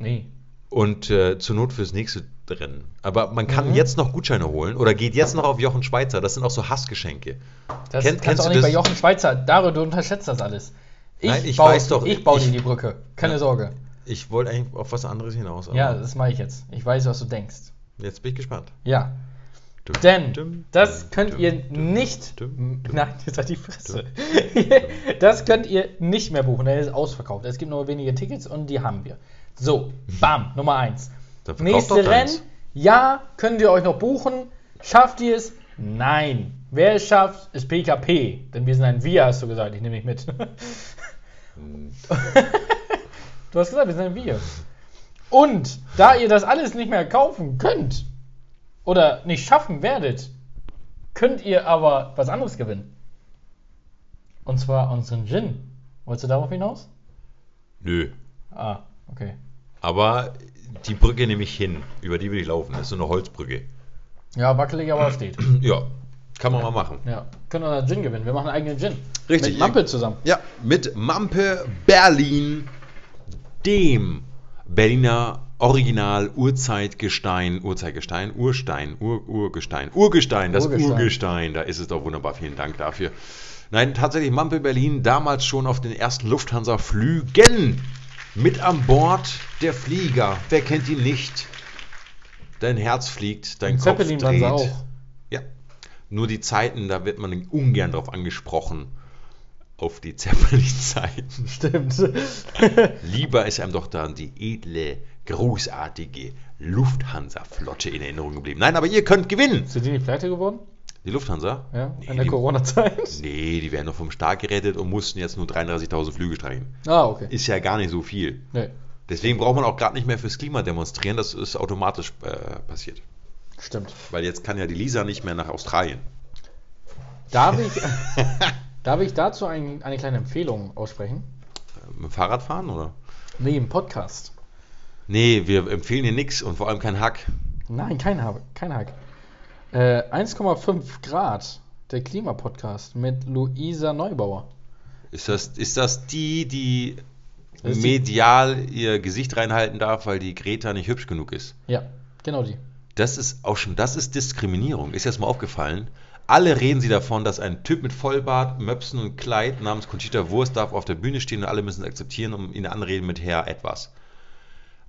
Nee. Und äh, zur Not fürs nächste Rennen. Aber man kann Mhm. jetzt noch Gutscheine holen oder geht jetzt noch auf Jochen Schweizer. Das sind auch so Hassgeschenke. Das Kenn- kannst kennst du auch du nicht das- bei Jochen Schweizer. Dario, du unterschätzt das alles. Nein, ich baue- weiß doch, Ich baue ich- dir die Brücke. Keine Ja. Sorge. Ich wollte eigentlich auf was anderes hinaus. aber Ja, das mache ich jetzt. Ich weiß, was du denkst. Jetzt bin ich gespannt. Ja. Dum, Denn dum, das dum, könnt dum, ihr dum, nicht. <laughs> dum, dum, Nein, jetzt hat die Fresse. Das könnt ihr nicht mehr buchen, denn es ist ausverkauft. Es gibt nur wenige Tickets und die haben wir. So, bam, Nummer eins. Dann verkauft Nächste doch Rennen. deins. Ja, könnt ihr euch noch buchen? Schafft ihr es? Nein. Wer es schafft, ist PKP. Denn wir sind ein Wir, hast du gesagt. Ich nehme dich mit. Hm. <laughs> du hast gesagt, wir sind ein Wir. Und da ihr das alles nicht mehr kaufen könnt oder nicht schaffen werdet, könnt ihr aber was anderes gewinnen. Und zwar unseren Gin. Wolltest du darauf hinaus? Nö. Ah, okay. Aber die Brücke nehme ich hin. Über die will ich laufen. Das ist so eine Holzbrücke. Ja, wackelig, aber steht. Ja, kann man mal machen. Ja, können unseren Gin gewinnen. Wir machen einen eigenen Gin. Richtig. Mit Mampel zusammen. Ja, mit Mampe Berlin, dem Berliner Original Urzeitgestein, Urzeitgestein, Urstein, Ur, Urgestein, Urgestein, das Urgestein. Urgestein. da ist es doch wunderbar. Vielen Dank dafür. Nein, tatsächlich Mampe Berlin damals schon auf den ersten Lufthansa-Flügen mit an Bord der Flieger. Wer kennt ihn nicht? Dein Herz fliegt, dein Kopf Zeppelin waren dreht. sie auch. <laughs> Ja. Nur die Zeiten, da wird man ungern drauf angesprochen. Auf die Zeppelin-Zeiten. <laughs> Stimmt. <laughs> Lieber ist einem doch dann die edle, großartige Lufthansa-Flotte in Erinnerung geblieben. Nein, aber ihr könnt gewinnen. Sind die nicht pleite geworden? Die Lufthansa? Ja, Nee, in der die- Corona-Zeit? Nee, die werden doch vom Staat gerettet und mussten jetzt nur 33.000 Flüge streichen. Ah, okay. Ist ja gar nicht so viel. Nee, Deswegen braucht man auch gerade nicht mehr fürs Klima demonstrieren. Das ist automatisch äh, passiert. stimmt. Weil jetzt kann ja die Lisa nicht mehr nach Australien. Darf ich, <laughs> darf ich dazu ein, eine kleine Empfehlung aussprechen? Äh, Mit dem Fahrrad fahren, oder? Nee, im Podcast. Nee, wir empfehlen dir nichts und vor allem kein Hack. Nein, kein Hack. Kein Hack. Äh, 1,5 Grad, der Klimapodcast mit Luisa Neubauer. Ist das, ist das die, die Das ist die- medial ihr Gesicht reinhalten darf, weil die Greta nicht hübsch genug ist? Ja, genau die. Das ist auch schon, das ist Diskriminierung. Ist jetzt mal aufgefallen. Alle reden sie davon, dass ein Typ mit Vollbart, Möpsen und Kleid namens Conchita Wurst darf auf der Bühne stehen und alle müssen es akzeptieren und ihn anreden mit Herr etwas.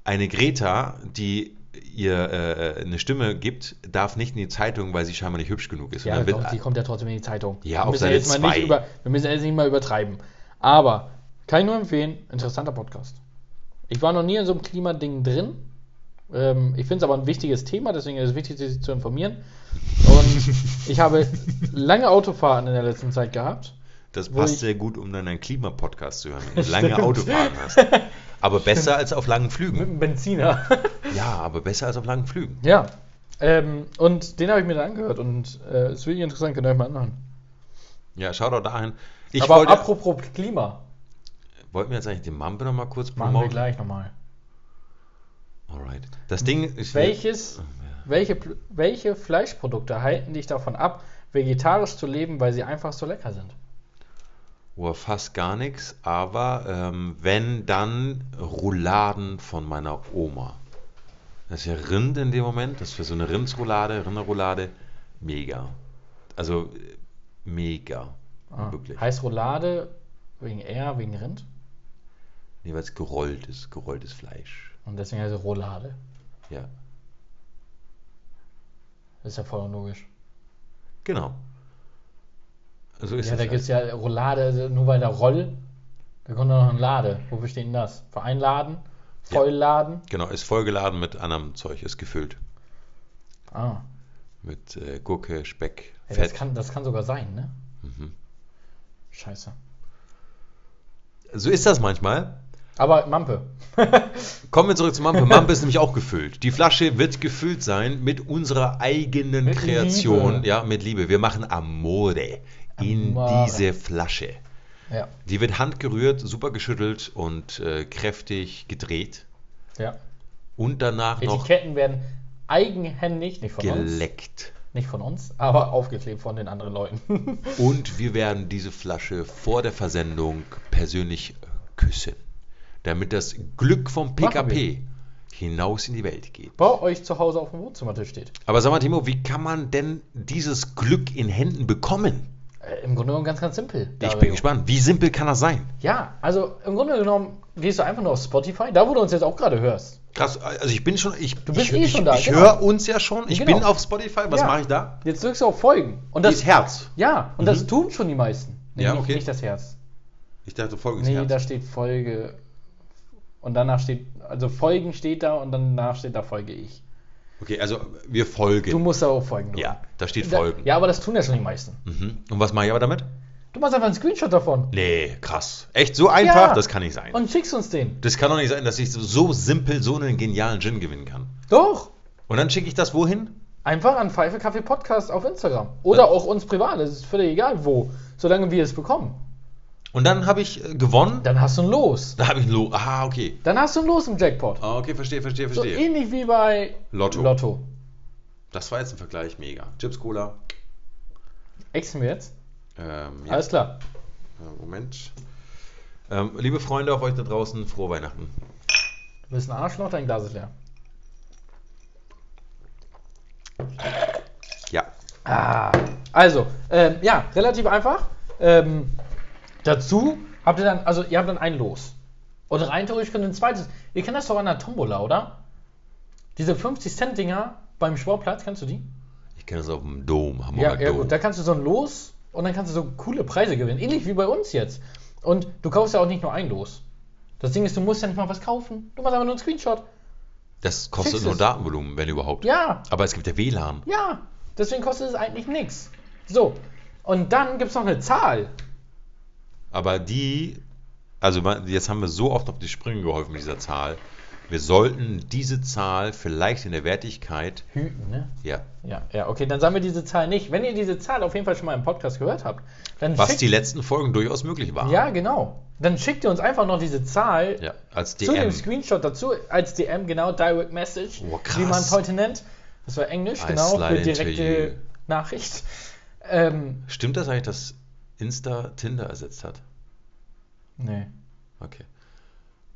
Eine Greta, die ihr äh, eine Stimme gibt, darf nicht in die Zeitung, weil sie scheinbar nicht hübsch genug ist. Und Ja, dann wird- doch, die kommt ja trotzdem in die Zeitung. Ja, wir auf müssen ja Seite jetzt mal zwei. nicht über, Wir müssen ja jetzt nicht mal übertreiben. Aber kann ich nur empfehlen, interessanter Podcast. Ich war noch nie in so einem Klimading drin. Ähm, ich finde es aber ein wichtiges Thema, deswegen ist es wichtig, sich zu informieren. <laughs> Und ich habe lange Autofahrten in der letzten Zeit gehabt. Das Wo passt ich- sehr gut, um dann einen Klimapodcast zu hören, <laughs> wenn du lange Autofahrten hast. Aber besser als auf langen Mit Flügen. einem Benziner. Ja, aber besser als auf langen Flügen. <laughs> ja. Ähm, und den habe ich mir dann angehört und äh, ist wirklich interessant, könnt ihr euch mal anhören. Ja, schau doch dahin. Ich aber wollte, apropos Klima, wollten wir jetzt eigentlich den Mampe noch mal kurz machen wir promoten? gleich nochmal. Alright. Das Hm. Ding ist. Welches, Oh, welche, Pl- welche Fleischprodukte halten dich davon ab, vegetarisch zu leben, weil sie einfach so lecker sind? Oh, fast gar nichts, aber ähm, wenn, dann Rouladen von meiner Oma. Das ist ja Rind in dem Moment, das ist für so eine Rindsroulade, Rinderroulade, mega. Also, äh, mega. Ah, Wirklich. Heißt Roulade wegen R, wegen Rind? Nee, weil es gerollt ist, gerolltes Fleisch. Und deswegen heißt es Roulade. Ja, Das ist ja voll unlogisch. genau. So ist Ja, das da halt. gibt es ja Roulade, also nur weil da Roll, da kommt doch noch ein Lade. Wofür steht denn das? Für einladen? Ja. Vollladen? Genau, ist vollgeladen mit anderem Zeug, ist gefüllt. Ah, Mit äh, Gurke, Speck, ja, das, Fett. Mhm. kann, das kann sogar sein, ne? Scheiße. So ist das manchmal. Aber Mampe. Kommen wir zurück zu Mampe. Mampe ist <laughs> nämlich auch gefüllt. Die Flasche wird gefüllt sein mit unserer eigenen Mit Kreation. Liebe. Ja, mit Liebe. Wir machen Amore in Amore. diese Flasche. Ja, Die wird handgerührt, super geschüttelt und äh, kräftig gedreht. ja. Und danach noch Etiketten werden eigenhändig, nicht von uns. geleckt. Nicht von uns, aber aufgeklebt von den anderen Leuten. <laughs> Und wir werden diese Flasche vor der Versendung persönlich küssen, damit das Glück vom PKP hinaus in die Welt geht. Bei euch zu Hause auf dem Wohnzimmertisch steht. Aber sag mal, Timo, wie kann man denn dieses Glück in Händen bekommen? Äh, Im Grunde genommen ganz, ganz simpel. Ich bin Dario. gespannt. Wie simpel kann das sein? Ja, also im Grunde genommen gehst du einfach nur auf Spotify, da wo du uns jetzt auch gerade hörst. Krass, also ich bin schon, ich, bist ich, eh ich, schon da, ich genau. höre uns ja schon. Ich Genau. bin auf Spotify. Was Ja. mache ich da? Jetzt drückst du auf Folgen. Und das Das Herz. Ja, und das tun schon die meisten. Mhm. Ja, nicht- okay. Nicht das Herz. Ich dachte, folgendes Nee, Herz. da steht Folge. Und danach steht, also Folgen steht da und danach steht da Folge ich. Okay, also wir folgen. Du musst da auch Folgen drücken. ja, da steht Da- folgen. Ja, aber das tun ja schon die meisten. Mhm. Und was mache ich aber damit? Du machst einfach einen Screenshot davon Nee, krass. Echt so einfach? Ja. Das kann nicht sein. und schickst uns den. das kann doch nicht sein, dass ich so- so simpel so einen genialen Gin gewinnen kann. Doch! Und dann schicke ich das wohin? Einfach an Pfeife Kaffee Podcast auf Instagram. Oder auch uns privat, es ist völlig egal wo. Solange wir es bekommen. Und dann habe ich äh, gewonnen. Dann hast du ein Los. Da habe ich ein Lo. Ah, okay. Dann hast du ein Los im Jackpot. Ah, okay, verstehe, verstehe, So verstehe. ähnlich wie bei Lotto. Lotto. Das war jetzt ein Vergleich, mega. Chips, Cola. Exen wir jetzt? Ähm, ja. Alles klar. Ja, Moment. Ähm, liebe Freunde, auf euch da draußen, frohe Weihnachten. Du bist ein Arschloch, dein Glas ist leer. Ja. Ah, also, ähm, ja, relativ einfach. Ähm, dazu habt ihr dann, also ihr habt dann ein Los. Und rein theoretisch könnt ihr ein zweites. Ihr kennt das doch an der Tombola, oder? Diese 50-Cent-Dinger beim Sportplatz, kennst du die? Ich kenne das auf dem Dom, Ja, Hamburger ja Dom. gut, da kannst du so ein Los und dann kannst du so coole Preise gewinnen. Ähnlich wie bei uns jetzt. Und du kaufst ja auch nicht nur ein Los. Das Ding ist, du musst ja nicht mal was kaufen. Du machst einfach nur einen Screenshot. das kostet Fixes. nur Datenvolumen, wenn überhaupt. Ja, Aber es gibt ja WLAN. Ja, deswegen kostet es eigentlich nichts. So, und dann gibt es noch eine Zahl. Aber die, also man- jetzt haben wir so oft auf die Sprünge geholfen mit dieser Zahl. Wir sollten diese Zahl vielleicht in der Wertigkeit, Hüten, ne? ja, Ja, ja, okay, dann sagen wir diese Zahl nicht. Wenn ihr diese Zahl auf jeden Fall schon mal im Podcast gehört habt, dann was schickt, die letzten Folgen durchaus möglich war. Ja, genau. Dann schickt ihr uns einfach noch diese Zahl Ja, als zu DM. dem Screenshot dazu, als DM, genau, Direct Message, Oh, krass. wie man es heute nennt. Das war Englisch, I genau, slide für into you. direkte Nachricht. Ähm, Stimmt das eigentlich, dass Insta Tinder ersetzt hat? nee. Okay.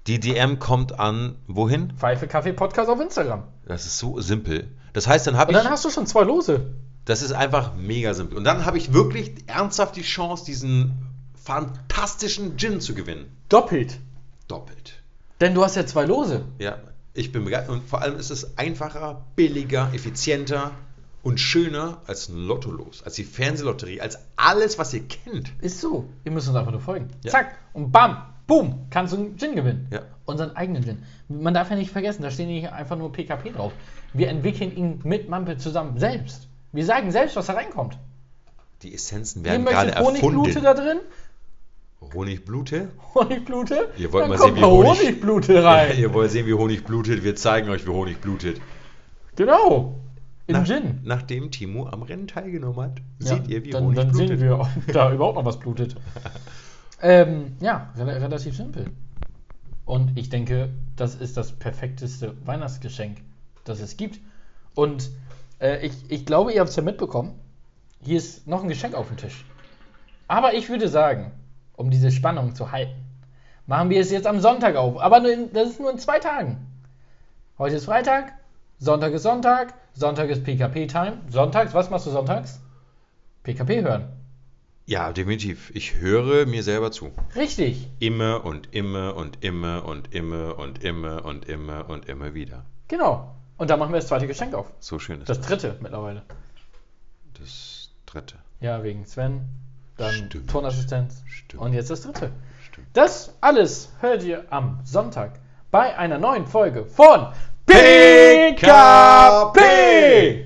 Die DM kommt an, wohin? Pfeife Kaffee Podcast auf Instagram. Das ist so simpel. Das heißt, dann habe Und ich. dann hast du schon zwei Lose. Das ist einfach mega simpel. Und dann habe ich wirklich ernsthaft die Chance, diesen fantastischen Gin zu gewinnen. Doppelt. Doppelt. Denn du hast ja zwei Lose. Ja, ich bin begeistert. Und vor allem ist es einfacher, billiger, effizienter und schöner als ein Lottolos, als die Fernsehlotterie, als alles, was ihr kennt. Ist so. Ihr müsst uns einfach nur folgen. Ja. Zack. Und bam, boom, kannst du einen Gin gewinnen. Ja. Unseren eigenen Gin. Man darf ja nicht vergessen, da stehen nicht einfach nur PKP drauf. Wir entwickeln ihn mit Mampel zusammen selbst. Wir sagen selbst, was da reinkommt. Die Essenzen Ihr werden gerade möchtet Honigblute da erfunden. drin. Honigblute? Honigblute. Ihr wollt dann mal kommt sehen, wie noch Honig- Honigblute Ja, rein. <laughs> ihr wollt sehen, wie Honig blutet. Wir zeigen euch, wie Honig blutet. Genau. Im Nach, Gin. Nachdem Timo am Rennen teilgenommen hat, Ja, seht ihr, wie dann, Honig dann blutet. sehen <laughs> wir, ob da überhaupt noch was blutet. ähm, ja, rela- relativ simpel. Und ich denke, das ist das perfekteste Weihnachtsgeschenk, das es gibt. Und äh, ich, ich glaube, ihr habt es ja mitbekommen. Hier ist noch ein Geschenk auf dem Tisch. Aber ich würde sagen, um diese Spannung zu halten, machen wir es jetzt am Sonntag auf. Aber nur in, das ist nur in zwei Tagen. Heute ist Freitag, Sonntag ist Sonntag, Sonntag ist PKP-Time. Sonntags, was machst du sonntags? PKP hören. Ja, definitiv. Ich höre mir selber zu. Richtig, Immer und immer und immer und immer und immer und immer und immer wieder. genau. Und da machen wir das zweite Geschenk auf. So schön ist Das dritte mittlerweile. Das dritte. Ja, wegen Sven, dann Stimmt. Tonassistenz Stimmt. und jetzt das dritte. Stimmt. Das alles hört ihr am Sonntag bei einer neuen Folge von PKP.